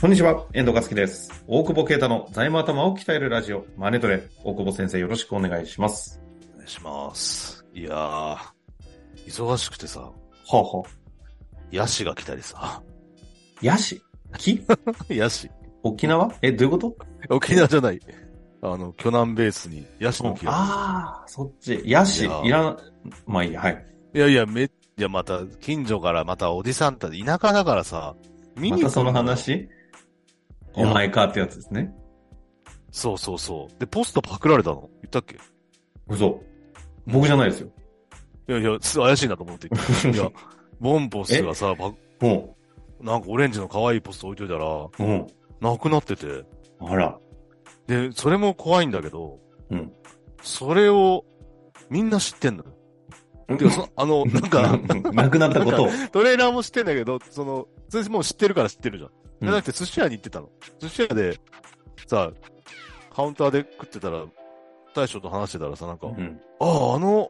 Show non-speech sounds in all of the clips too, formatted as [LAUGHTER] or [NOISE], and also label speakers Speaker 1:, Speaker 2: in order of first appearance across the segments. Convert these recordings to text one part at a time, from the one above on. Speaker 1: こんにちは、遠藤和樹です。大久保啓太の財務頭を鍛えるラジオ、マネトレ。大久保先生、よろしくお願いします。
Speaker 2: お願いします。いやー、忙しくてさ、
Speaker 1: はあ、はあ、
Speaker 2: ヤシが来たりさ。 [LAUGHS]
Speaker 1: ヤシ木
Speaker 2: ヤシ
Speaker 1: 沖縄え、どういうこと
Speaker 2: 沖縄じゃない。あの、巨南ベースにヤシの木が。
Speaker 1: ああ、そっち。ヤシ
Speaker 2: いや
Speaker 1: いらん、まあいいや、はい。
Speaker 2: いやいや、めっちゃまた、近所からまたおじさんたち、田舎だからさ、見
Speaker 1: ま
Speaker 2: に来る
Speaker 1: たその話お前かってやつですね。
Speaker 2: そうそうそう。で、ポストパクられたの言ったっけ
Speaker 1: 嘘。僕じゃないですよ。
Speaker 2: いやいや、す怪しいなと
Speaker 1: [LAUGHS]
Speaker 2: 思って言って。いや、ボンポスがさ、パ
Speaker 1: うん、
Speaker 2: なんかオレンジの可愛いポスト置いといたら、
Speaker 1: うん。
Speaker 2: なくなってて。
Speaker 1: あら。
Speaker 2: で、それも怖いんだけど、
Speaker 1: うん。
Speaker 2: それを、みんな知ってんのよ。てか、そ [LAUGHS] あの、なんか、
Speaker 1: [LAUGHS] なくなったことを。
Speaker 2: トレーラーも知ってんだけど、その、それもう知ってるから知ってるじゃ
Speaker 1: う
Speaker 2: ん。
Speaker 1: ん
Speaker 2: じゃなくて寿司屋に行ってたの。寿司屋で、さ、カウンターで食ってたら、大将と話してたらさ、なんか、
Speaker 1: うん。
Speaker 2: ああ、あの、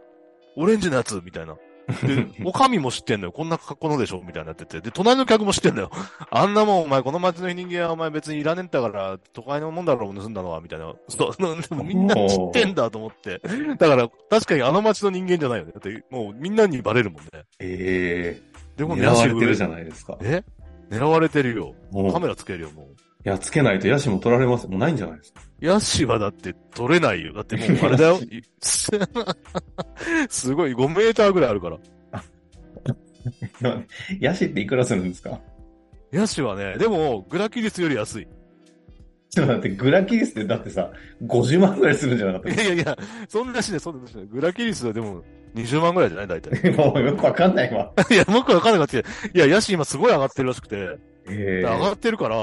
Speaker 2: オレンジのやつ、みたいな。で、おかみも知ってんのよ。こんな格好のでしょみたいになってて。で、隣の客も知ってんのよ。 [LAUGHS] あんなもん、お前、この町の人間はお前別にいらねえんだから、都会のもんだろう、盗んだのは、みたいな。そう、でもみんな知ってんだと思って。だから、確かにあの町の人間じゃないよね。だって、もうみんなにバレるもんね。
Speaker 1: ええ
Speaker 2: でも
Speaker 1: 狙われてるじ
Speaker 2: ゃん
Speaker 1: ゃないですか。
Speaker 2: え狙われてるよ。
Speaker 1: もう
Speaker 2: カメラつけるよ、もう。
Speaker 1: いや、つけないとヤシも取られます。もうないんじゃないですか。
Speaker 2: ヤシはだって取れないよ。だっても
Speaker 1: [LAUGHS]
Speaker 2: うあれだよ。 [LAUGHS] いすごい、5メーターぐらいあるから。
Speaker 1: [LAUGHS] ヤシっていくらするんですか
Speaker 2: ヤシはね、でも、グラキリスより安い。
Speaker 1: ちょっと待って、グラキリスってだってさ、50万ぐらいするんじゃなか
Speaker 2: い
Speaker 1: っ
Speaker 2: やいやいや、そんなしね、そんなしね。グラキリスはでも、20万ぐらいじゃない大
Speaker 1: [LAUGHS]
Speaker 2: 体。
Speaker 1: たもうよくわかんないわ。
Speaker 2: いや、僕わかんなかったけど。いや、ヤシ今すごい上がってるらしくて。
Speaker 1: え
Speaker 2: 上がってるから、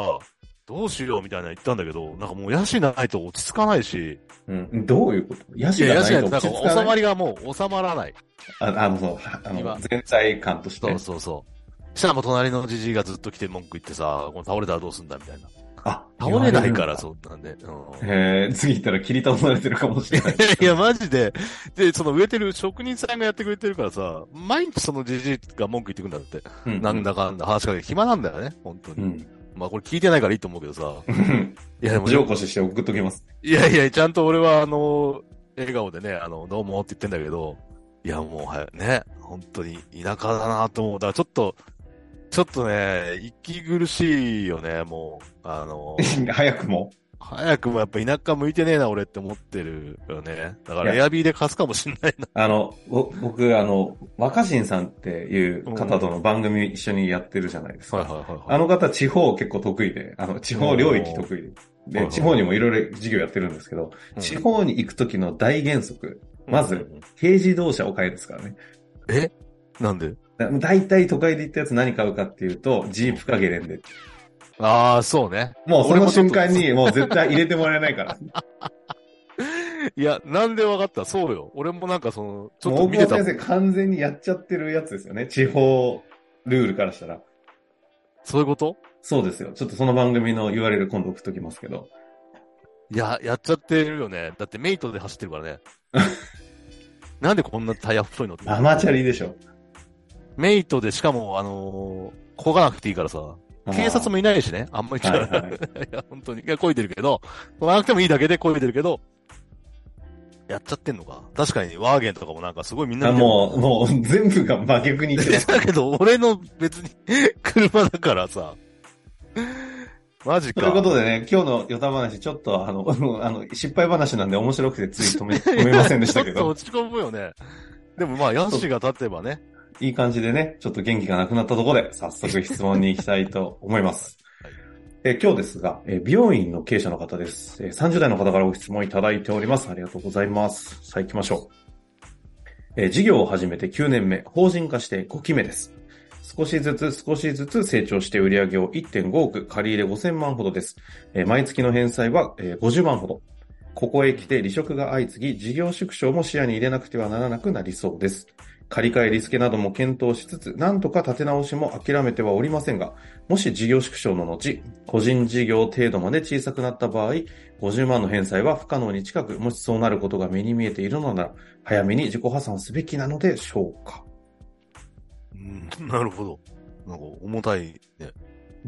Speaker 2: どうしようみたいなの言ったんだけど、なんかもうヤシないと落ち着かないし、
Speaker 1: うん、どういうことヤ
Speaker 2: い
Speaker 1: シ
Speaker 2: や、
Speaker 1: が
Speaker 2: ヤ
Speaker 1: な
Speaker 2: シない
Speaker 1: い
Speaker 2: と
Speaker 1: と
Speaker 2: なん
Speaker 1: 落ち
Speaker 2: か
Speaker 1: 着かな
Speaker 2: 収
Speaker 1: い
Speaker 2: まりがもう収まらない。
Speaker 1: ああの、そう、はあの
Speaker 2: 今、
Speaker 1: 全体感として。
Speaker 2: そうそうそう。したらもう隣のじじいがずっと来て文句言ってさ、もう倒れたらどうすんだみたいな。
Speaker 1: あ、
Speaker 2: 倒れないから、
Speaker 1: そ
Speaker 2: そうなんで。う
Speaker 1: うんえー、次行ったら切り倒されてるかもしれ
Speaker 2: [LAUGHS]
Speaker 1: ない。
Speaker 2: いや、マジで。で、その植えてる職人さんがやってくれてるからさ、毎日そのじじいが文句言ってくんだって。
Speaker 1: うん
Speaker 2: なんだかんだ話しかけて暇なんだよね、本当
Speaker 1: う
Speaker 2: に。
Speaker 1: ん。
Speaker 2: まあこれ聞いてないからいいと思うけどさ。い [LAUGHS] や、で
Speaker 1: [LAUGHS]
Speaker 2: も
Speaker 1: 上腰して送っときます。 [LAUGHS]
Speaker 2: いやいや、ちゃんと俺はあの、笑顔でね、あの、どうもって言ってんだけど、いやもう、はい、ね、本当に田舎だなと思う。だからちょっと、ちょっとね、息苦しいよね、もう。あ [LAUGHS] の、
Speaker 1: 早くも。
Speaker 2: 早くもやっぱ田舎向いてねえな、俺って思ってるよね。だから
Speaker 1: い
Speaker 2: エ
Speaker 1: や
Speaker 2: アビーで貸すかもしんないな。
Speaker 1: あの、ぼ僕、あの、若新さんっていう方との番組一緒にやってるじゃないですか。
Speaker 2: はいはい
Speaker 1: あの方、地方結構得意で、あの、地方領域得意で、
Speaker 2: お
Speaker 1: で、
Speaker 2: ー
Speaker 1: 地方にもいろいろ事業やってるんですけど、地方に行くときの大原則、まず軽自動車を買えですからね。
Speaker 2: えなんで
Speaker 1: だ大体都会で行ったやつ何買うかっていうと、ジープかゲレンデ。
Speaker 2: ああ、そうね。
Speaker 1: もうそ
Speaker 2: 俺
Speaker 1: の
Speaker 2: もちょっ
Speaker 1: 瞬
Speaker 2: と
Speaker 1: 間にもう絶対入れてもらえない
Speaker 2: [LAUGHS]
Speaker 1: から。
Speaker 2: いや、なんでわかったそうよ。俺もなんかその、ちょっ
Speaker 1: も
Speaker 2: と
Speaker 1: う
Speaker 2: 見て
Speaker 1: 大久
Speaker 2: たも
Speaker 1: 保
Speaker 2: ん
Speaker 1: 先生完全にやっちゃってるやつですよね。地方ルールからしたら。
Speaker 2: そういうこと
Speaker 1: そうですよ。ちょっとその番組の URL 今度送っときますけど。
Speaker 2: いや、やっちゃってるよね。だってメイトで走ってるから
Speaker 1: [LAUGHS]
Speaker 2: ね。なんでこんなタイヤ太いのって
Speaker 1: ママチャリでしょ。
Speaker 2: メイトで、しかも、あのー、漕がなくていいからさ。警察
Speaker 1: も。
Speaker 2: もいないしね。あんまり、
Speaker 1: はい
Speaker 2: い
Speaker 1: はい
Speaker 2: や、本当に。いや、漕いでるけど、漕がなくてもいいだけで漕いでるけど、やっちゃってんのか。確かに、ワーゲンとかもなんかすごいみ [LAUGHS] んな
Speaker 1: あ
Speaker 2: 見てる
Speaker 1: もう、もう全部が真逆に言ってます。
Speaker 2: だけど、俺の別に車だからさ。マジ
Speaker 1: と
Speaker 2: か。
Speaker 1: いうことでね、今日のヨタ話、ちょっとあの、 [LAUGHS] あの、失敗話なんで面白くてつい止め、止めませんでしたけ
Speaker 2: ちょっと
Speaker 1: ど、
Speaker 2: 落ち込むよね。でもまあ、ヤシが立てばね。
Speaker 1: いい感じでね、ちょっと元気がなくなったところで、早速質問に行きたいと思います。え今日ですが、え美容院の経営者の方です。え30代の方からご質問いただいております。ありがとうございます。さあ行きましょう。え事業を始めて9年目、法人化して5期目です。少しずつ少しずつ成長して売上を1.5億、借り入れ5000万ほどです。えー毎月の返済はえー50万ほど。ここへ来て離職が相次ぎ、事業縮小も視野に入れなくてはならなくなりそうです。借り換えリスケなども検討しつつ、なんとか立て直しも諦めてはおりませんが、もし事業縮小の後、個人事業程度まで小さくなった場合、50万の返済は不可能に近く、もしそうなることが目に見えているのなら、早めに自己破産すべきなのでしょうか。
Speaker 2: [LAUGHS] うん、なるほど。なんか、重たいね。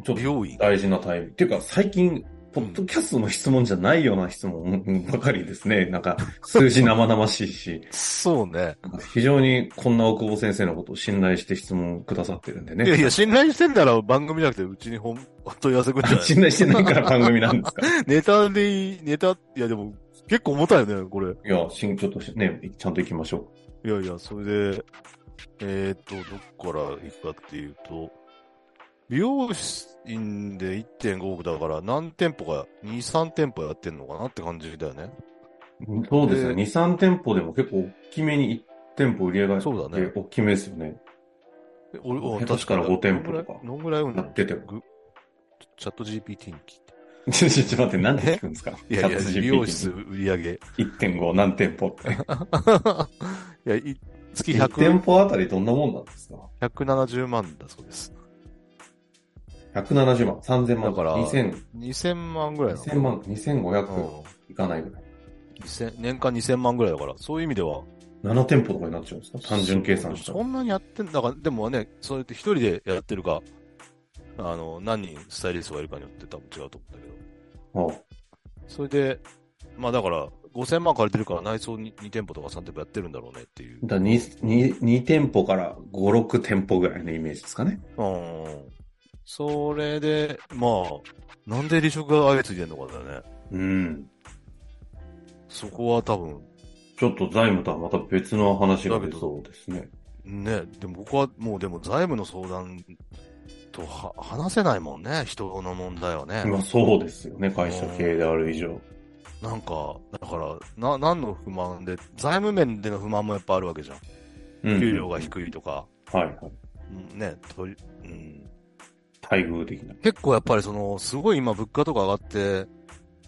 Speaker 1: ちょっ
Speaker 2: 美
Speaker 1: と
Speaker 2: 容院。
Speaker 1: 大事なタイミング。っていうか、最近、ポッドキャストの質問じゃないような質問ばかりですね。なんか、数字生々しいし、
Speaker 2: そうね。
Speaker 1: なんか非常にこんな大久保先生のことを信頼して質問くださってるんで
Speaker 2: いや
Speaker 1: ね。 [LAUGHS]
Speaker 2: いや、信頼してんなら番組じゃなくて、うちに本、問い合わせくんじゃ [LAUGHS] ない
Speaker 1: 信頼してないから番組なんですか。い
Speaker 2: ネタでいい、ネタ、いやでも、結構重たいよね、これ。
Speaker 1: や、しんちょっとしね、ちゃんと行きましょ
Speaker 2: いやいや、それで、えーっと、どっから行くかっていうと、美容院で1.5億だから、何店舗か、2、3店舗やってんのかなって感じだよね。
Speaker 1: う。そうですね。
Speaker 2: えー
Speaker 1: 2、3店舗でも結構大きめに1店舗売り上がり
Speaker 2: そうだね
Speaker 1: 大きめですよね。
Speaker 2: え俺お
Speaker 1: 下手したら
Speaker 2: 確に
Speaker 1: 5店舗とか
Speaker 2: どんぐらいどんぐらい
Speaker 1: やってても [LAUGHS]
Speaker 2: ぐチャット GPT に聞い
Speaker 1: ちょ、ちょ、ちょ、待って、なんで聞くんですか
Speaker 2: て。いやいや、
Speaker 1: ChatGPT
Speaker 2: 美容室売り上げ。い
Speaker 1: 1.5何店舗って。
Speaker 2: や、 [LAUGHS] い月
Speaker 1: 1店
Speaker 2: 100
Speaker 1: 舗あたりどんなもんなんですか
Speaker 2: 170万だそうです。
Speaker 1: 170万、3000万。
Speaker 2: だから
Speaker 1: 2000、
Speaker 2: 2000万ぐらいなのか
Speaker 1: 2000万、2500
Speaker 2: うん
Speaker 1: いかないぐらい。
Speaker 2: 2000年間2000万ぐらいだから、そういう意味では。
Speaker 1: 7店舗とかになっちゃうんですか単純計算した
Speaker 2: そ
Speaker 1: ら。
Speaker 2: んなにやってんだから、でもね、そうやって一人でやってるか、あの、何人スタイリストがいるかによって多分違うと思うんだけど。
Speaker 1: ああ
Speaker 2: それで、まあだから、5000万借りてるから内装に2店舗とか3店舗やってるんだろうねっていう。
Speaker 1: だ 2, 2, 2店舗から5、6店舗ぐらいのイメージですかね。
Speaker 2: うん。それで、まあ、なんで離職が相次いでんのかだよね。
Speaker 1: うん。
Speaker 2: そこは多分、
Speaker 1: ちょっと財務とはまた別の話が出そうですね。
Speaker 2: ね、でも僕はもうでも財務の相談とは話せないもんね、人の問題はね。
Speaker 1: まあそうですよね。会社経営である以上。
Speaker 2: なんか、だから、な、何の不満で、財務面での不満もやっぱあるわけじゃん。
Speaker 1: うん
Speaker 2: 給料が低いとか、
Speaker 1: はいはい。
Speaker 2: うんね、とりうん、
Speaker 1: 待遇的な。
Speaker 2: 結構やっぱりその、すごい今物価とか上がって、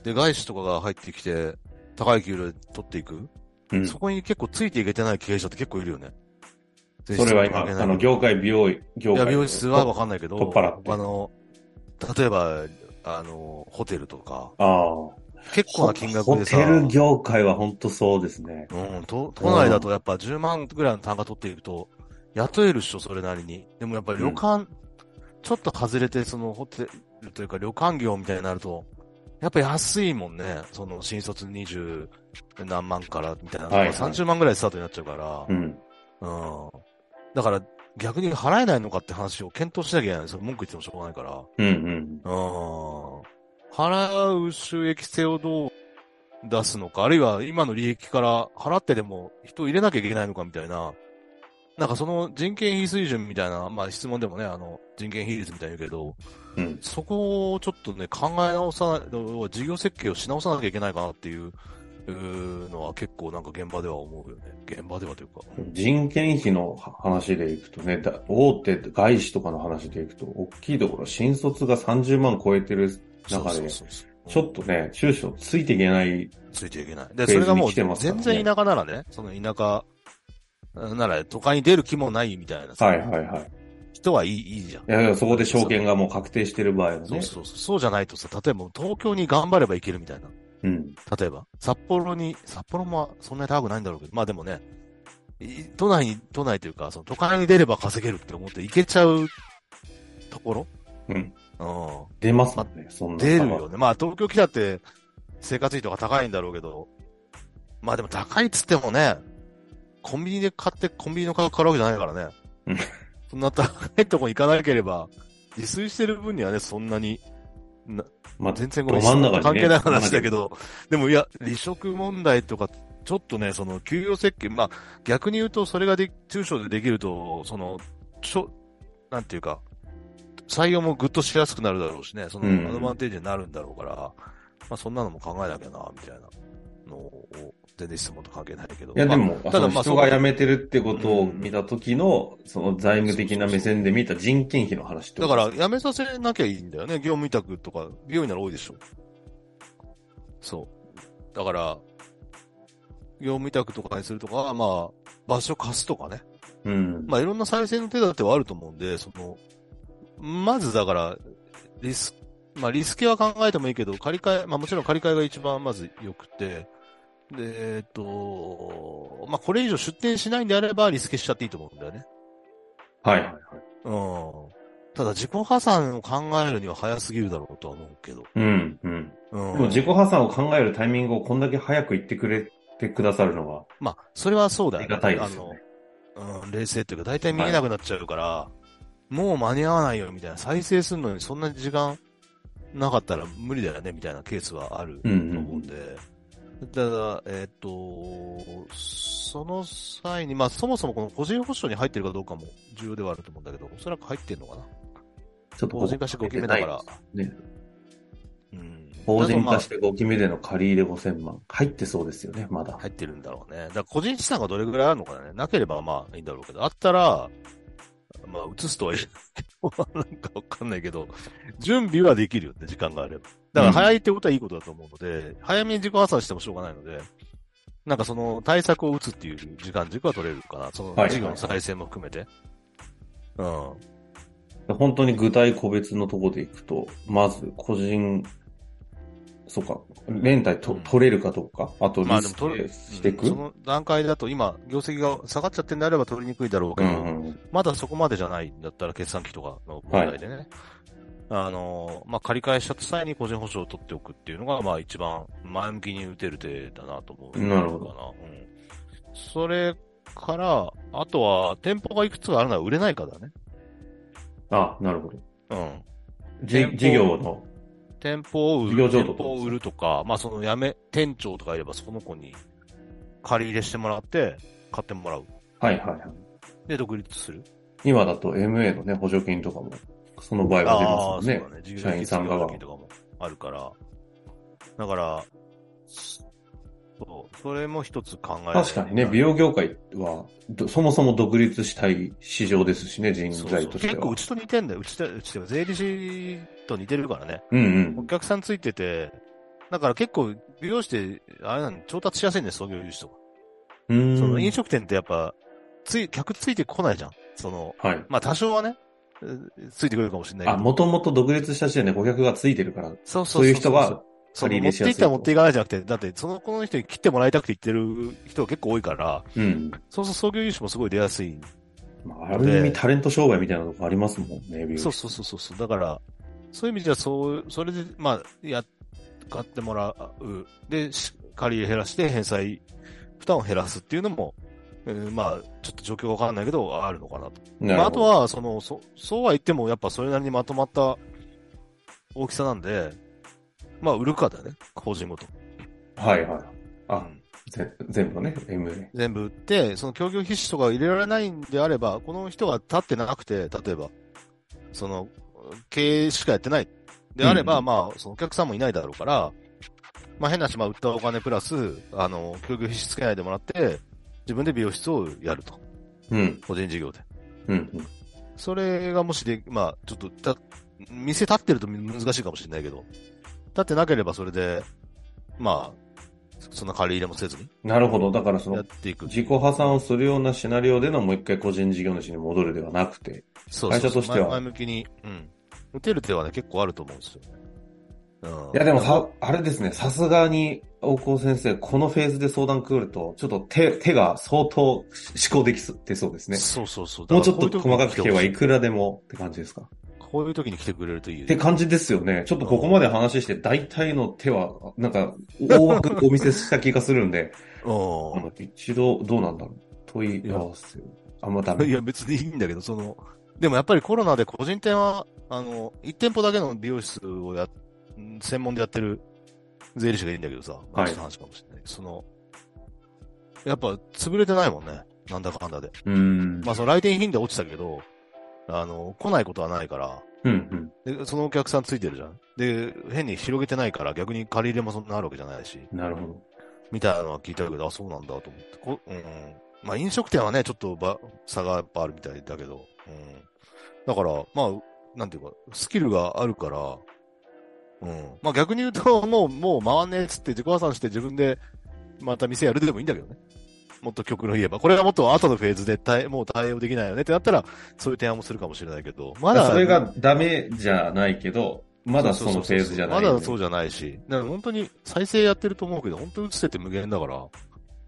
Speaker 2: で、外資とかが入ってきて、高い給料で取っていく、
Speaker 1: うん。
Speaker 2: そ
Speaker 1: そ
Speaker 2: こに結構ついていけてない経営者って結構いるよね。そ
Speaker 1: れは今、あの、業界美容医、業
Speaker 2: いや、
Speaker 1: 界。
Speaker 2: 美容室はわかんないけど、
Speaker 1: 取っ払って
Speaker 2: あの、例えば、あの、ホテルとか、
Speaker 1: ああ。
Speaker 2: 結構な金額
Speaker 1: ホ
Speaker 2: でさ、
Speaker 1: テル業界は本当そうですね。
Speaker 2: うん、都都内だとやっぱ10万ぐらいの単価取っていくと、雇えるっしょ、それなりに。でもやっぱり旅館、ちょっと外れて、そのホテルというか旅館業みたいになると、やっぱ安いもんね。その新卒20何万からみたいな。
Speaker 1: はいはい
Speaker 2: 30万ぐらいスタートになっちゃうから
Speaker 1: う。ん。
Speaker 2: うん。だから逆に払えないのかって話を検討しなきゃいけない。それ文句言ってもしょうがないから。
Speaker 1: うんうん。
Speaker 2: うん払う収益性をどう出すのか、あるいは今の利益から払ってでも人を入れなきゃいけないのかみたいな、なんかその人件費水準みたいな、まあ質問でもね、あの人件費率みたいに言うけど、
Speaker 1: うん。
Speaker 2: そこをちょっとね、考え直さない、事業設計をし直さなきゃいけないかなっていううーのは結構なんか現場では思うよね。現場ではというか。
Speaker 1: 人件費の話でいくとね、だ大手外資とかの話でいくと、大きいところ、新卒が30万超えてる中
Speaker 2: そう
Speaker 1: で、
Speaker 2: そうそうそう
Speaker 1: ちょっとね、中小ついていけない、
Speaker 2: ついていけない。で、
Speaker 1: ページ
Speaker 2: それがも
Speaker 1: に
Speaker 2: う
Speaker 1: 来てますから
Speaker 2: 全
Speaker 1: ね
Speaker 2: 然田舎ならね、その田舎なら都会に出る気もないみたいなさ
Speaker 1: はいはいはい。
Speaker 2: 人はいいいいじゃん。
Speaker 1: いやいや、そこで証券がもう確定してる場合はね。
Speaker 2: そうそうそう。そうじゃないとさ、例えば東京に頑張れば行けるみたいな。
Speaker 1: うん。
Speaker 2: 例えば、札幌に、札幌もそんなに高くないんだろうけど、まあでもね、い都内に、都内というか、その都会に出れば稼げるって思って行けちゃうところ
Speaker 1: うん。
Speaker 2: うん。
Speaker 1: 出ますもんね、そんな。
Speaker 2: 出るよね。まあ東京来たって生活費とか高いんだろうけど、まあでも高いっつってもね、コンビニで買ってコンビニの価格買うわけじゃないからね
Speaker 1: うん。 [LAUGHS]
Speaker 2: そんな高いとこ行かなければ、自炊してる分にはね、そんなに、
Speaker 1: まあ、
Speaker 2: 全然ごめん、
Speaker 1: ど真ん中にね
Speaker 2: 関係ない話だけど、でもいや、離職問題とか、ちょっとね、その給与設計、まあ逆に言うとそれがで、中小でできると、その、ちょ、なんていうか、採用もぐっとしやすくなるだろうしね、そ
Speaker 1: うん
Speaker 2: のアドバンテージになるんだろうから、まあそんなのも考えなきゃな、みたいなのを、全然質問と関係ないけど。
Speaker 1: いやで
Speaker 2: ま
Speaker 1: も、
Speaker 2: あ
Speaker 1: た
Speaker 2: た
Speaker 1: だ
Speaker 2: だまあ
Speaker 1: 人
Speaker 2: そ
Speaker 1: が
Speaker 2: う
Speaker 1: 辞めてるってことを
Speaker 2: うん
Speaker 1: 見た時の、その財務的な目線で見た人件費の話って
Speaker 2: あだ
Speaker 1: こ
Speaker 2: か
Speaker 1: と
Speaker 2: ら辞めさせなきゃいいんだよね、業務委託とか、美容院なら多いでしょ。そう。だから、業務委託とかにするとか、まあ、場所貸すとかね。
Speaker 1: うん。
Speaker 2: まあ、いろんな再生の手立てはあると思うんで、その、まずだから、リス、まあ、リスケは考えてもいいけど、借り換え、まあ、もちろん借り換えが一番まず良くて、で、えっと、まあ、これ以上出店しないんであれば、リスケしちゃっていいと思うんだよね。
Speaker 1: はいはいはい。
Speaker 2: うん。ただ自己破産を考えるには早すぎるだろうとは思うけど。
Speaker 1: うん、うん。
Speaker 2: うん
Speaker 1: でも自己破産を考えるタイミングをこんだけ早く言ってくれてくださるのは、
Speaker 2: まあ、それはそうだ
Speaker 1: あ
Speaker 2: よ、
Speaker 1: り
Speaker 2: ね。
Speaker 1: がたいですよね。
Speaker 2: の、うん、冷静というか、大体見えなくなっちゃうから、もう間に合わないよみたいな、再生するのにそんなに時間なかったら無理だよねみたいなケースはある
Speaker 1: う
Speaker 2: と
Speaker 1: んうん
Speaker 2: 思うんで、ただ、えっ、と、その際に、まあそもそもこの個人保証に入ってるかどうかも重要ではあると思うんだけど、おそらく入ってるのかな。
Speaker 1: ちょっと
Speaker 2: 法人化して5期目だから。。
Speaker 1: ね
Speaker 2: うん。
Speaker 1: 法
Speaker 2: だから
Speaker 1: 人
Speaker 2: まあ
Speaker 1: 化して5期目での借り入れ5000万。入ってそうですよね、まだ。
Speaker 2: 入ってるんだろうね。だから個人資産がどれぐらいあるのかね。なければまあいいんだろうけど、あったら、まあ移すとは言え [LAUGHS] ないけどなんかわかんないけど、準備はできるよね、時間があれば。だから早いってことはいいことだと思うので、早めに自己破産してもしょうがないので、なんかその対策を打つっていう時間軸は取れるかな。そ
Speaker 1: はい
Speaker 2: の事業の再生も含めて。うん。
Speaker 1: 本当に具体個別のところでいくと、まず個人、そうか、連帯と、
Speaker 2: うん
Speaker 1: 取れるかどうか、あと
Speaker 2: まあ
Speaker 1: リ
Speaker 2: で
Speaker 1: ス
Speaker 2: も取れ
Speaker 1: クしていく。
Speaker 2: うんその段階だと今、業績が下がっちゃってんであれば取りにくいだろうけ
Speaker 1: う
Speaker 2: ど、
Speaker 1: んうん
Speaker 2: まだそこまでじゃないんだったら決算期とかの問題でね。あのー、まあ、借り返しちゃった際に個人保証を取っておくっていうのが、まあ、一番前向きに打てる手だなと思う。
Speaker 1: なるほど
Speaker 2: かな。うん。それから、あとは、店舗がいくつかあるなら売れないかだね。
Speaker 1: あ、なるほど。
Speaker 2: うん。
Speaker 1: じ
Speaker 2: 店舗
Speaker 1: 事業の、
Speaker 2: 店舗を売
Speaker 1: 事業
Speaker 2: る、
Speaker 1: 譲渡
Speaker 2: 店舗を売るとか、まあ、そのやめ、店長とかいればその子に借り入れしてもらって、買ってもらう。
Speaker 1: はいはいはい。
Speaker 2: で、独立する。
Speaker 1: 今だと MA のね、補助金とかも、その場合は出ますもんね
Speaker 2: ああ、そう。だね。事業
Speaker 1: 社員さん側が
Speaker 2: とかもあるから。だから、そう、それも一つ考えられる
Speaker 1: 確かにね、美容業界は、どそもそも独立したい市場ですしね、人
Speaker 2: そうそう
Speaker 1: 材としては。
Speaker 2: 結構うちと似てんだよ。うちと、うちと税理士と似てるからね。
Speaker 1: うんう
Speaker 2: お
Speaker 1: ん。
Speaker 2: 客さんついてて、だから結構美容師って、あれなの、調達しやすいんだよ、創業融資とか。
Speaker 1: うーん
Speaker 2: その飲食店ってやっぱ、つい、客ついてこないじゃん。その、
Speaker 1: はい。
Speaker 2: まあ多少はね、うついてくれるかもしれない
Speaker 1: あ、
Speaker 2: けど。
Speaker 1: もともと独立した時点で顧客がついてるから、
Speaker 2: そう
Speaker 1: そういう人は、
Speaker 2: そ
Speaker 1: 借り
Speaker 2: の
Speaker 1: 入
Speaker 2: 持
Speaker 1: れ
Speaker 2: っ
Speaker 1: してや
Speaker 2: い
Speaker 1: すい
Speaker 2: ったら持っていかないじゃなくて、だって、そのこの人に切ってもらいたくて言ってる人が結構多いから、
Speaker 1: うん。
Speaker 2: そうそう創業融資もすごい出やすい。
Speaker 1: まあ、ある意味タレント商売みたいなとこありますもんね、美容
Speaker 2: そう
Speaker 1: 室
Speaker 2: そうそうそうそう。だから、そういう意味では、そう、それで、まあ、や、買ってもらう。で、し借り入れ減らして返済、負担を減らすっていうのも、えーまあ、ちょっと状況がわからないけど、あるのかなと。
Speaker 1: な
Speaker 2: ま
Speaker 1: る
Speaker 2: あ、
Speaker 1: ほ
Speaker 2: あと
Speaker 1: ど。
Speaker 2: は、その、そ、そうは言っても、やっぱそれなりにまとまった大きさなんで、まあ、売るかだよね。法人ごと。
Speaker 1: はいはい。
Speaker 2: う
Speaker 1: あ、ぜ全部ね、MA。
Speaker 2: 全部売って、その協業必至とか入れられないんであれば、この人が立ってなくて、例えば、その、経営しかやってない。であれば、
Speaker 1: うん
Speaker 2: まあ、そのお客さんもいないだろうから、まあ変な話、まあ売ったお金プラス、あの、協業必至つけないでもらって、自分で美容室をやると。
Speaker 1: うん、
Speaker 2: 個人事業で。
Speaker 1: うん、うん。
Speaker 2: それがもしで、まあ、ちょっと、た、店立ってると難しいかもしれないけど、立ってなければそれで、まあ、そんな借り入れもせずに
Speaker 1: なるほど。だからそ
Speaker 2: や
Speaker 1: の、
Speaker 2: っていく。
Speaker 1: 自己破産をするようなシナリオでのもう一回個人事業主に戻るではなくて、
Speaker 2: そう
Speaker 1: 会社としては
Speaker 2: 前前向きに、うん。打てる手はね、結構あると思うんですよね。うん。
Speaker 1: いやでもさ、あれですね、さすがに、大河先生、このフェーズで相談来ると、ちょっと手、手が相当思考できすってそうですね。
Speaker 2: そうそうそう。
Speaker 1: もうちょっと細かく聞けばい
Speaker 2: く。
Speaker 1: くらでもって感じですか。
Speaker 2: こういう時に来てくれるといいよ
Speaker 1: っ
Speaker 2: ね
Speaker 1: て感じですよね。ちょっとここまで話して、大体の手は、なんか、大枠お見せした気がするんで、あ
Speaker 2: う
Speaker 1: の一度、どうなんだろう。問い合わせを。あんまダ
Speaker 2: ん。い
Speaker 1: メ。
Speaker 2: や、別にいいんだけど、その、でもやっぱりコロナで個人店は、あの、一店舗だけの美容室をや、ん専門でやってる税理士がいいんだけどさ、
Speaker 1: はい
Speaker 2: ちょっと話かもしれないけど。その、やっぱ潰れてないもんね。なんだかんだで。
Speaker 1: うーん。
Speaker 2: まあ、その来店頻度は落ちたけど、あの、来ないことはないから、
Speaker 1: うん、うん。
Speaker 2: で、そのお客さんついてるじゃん。で、変に広げてないから逆に借り入れもそんなあるわけじゃないし、
Speaker 1: なるほど。
Speaker 2: みたいなのは聞いたけど、あ、そうなんだと思って。こうんうん。まあ飲食店はね、ちょっとば差がやっぱあるみたいだけど、うん。だから、まあ、なんていうか、スキルがあるから、うん。まあ逆に言うと、もう、もう回んねえっつって自己破産して自分でまた店やるでもいいんだけどね。もっと極論言えば。これがもっと後のフェーズで対、もう対応できないよねってなったら、そういう提案もするかもしれないけど、まだ、
Speaker 1: それがダメじゃないけど、まだそのフェーズじゃない。
Speaker 2: まだそうじゃないし。だから本当に再生やってると思うけど、本当に映せて無限だから、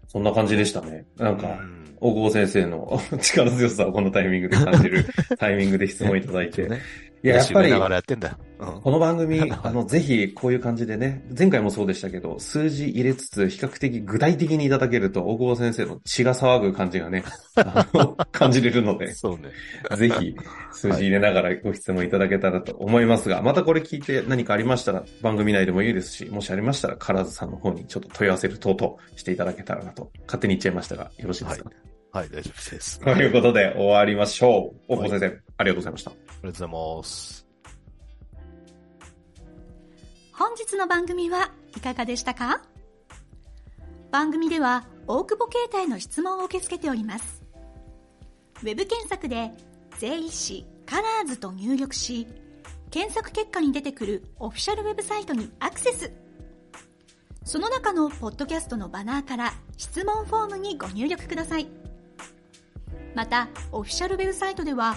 Speaker 1: そんな感じでしたね。なんか
Speaker 2: う、ん
Speaker 1: 大久保先生の [LAUGHS] 力強さをこのタイミングで感じ
Speaker 2: [LAUGHS]
Speaker 1: るタイミングで質問いただいて。
Speaker 2: ね
Speaker 1: いや、やっぱり
Speaker 2: だ、からやってんだ。うん
Speaker 1: この番
Speaker 2: [LAUGHS]
Speaker 1: 組、あの、ぜひこういう感じでね、前回もそうでしたけど、数字入れつつ、比較的具体的にいただけると、大久保先生の血が騒ぐ感じ
Speaker 2: [LAUGHS]
Speaker 1: がね、あの感じれるので、
Speaker 2: そうね。
Speaker 1: [LAUGHS] ぜひ数字入れながらご質問いただけたらと思いますが、またこれ聞いて何かありましたら、番組内でもいいですし、もしありましたら、カラーズさんの方にちょっと問い合わせる等々していただけたらなと、勝手に言っちゃいましたが、よろしいで
Speaker 2: は
Speaker 1: す
Speaker 2: い
Speaker 1: か、。
Speaker 2: はい、大丈夫です。
Speaker 1: ということで、終わりましょう。大久保先生、ありがとうございました。
Speaker 2: ありがとうございます。
Speaker 3: 本日の番組はいかがでしたか番組では大久保携帯の質問を受け付けております。ウェブ検索で税理士カラーズと入力し、検索結果に出てくるオフィシャルウェブサイトにアクセス。その中のポッドキャストのバナーから質問フォームにご入力ください。また、オフィシャルウェブサイトでは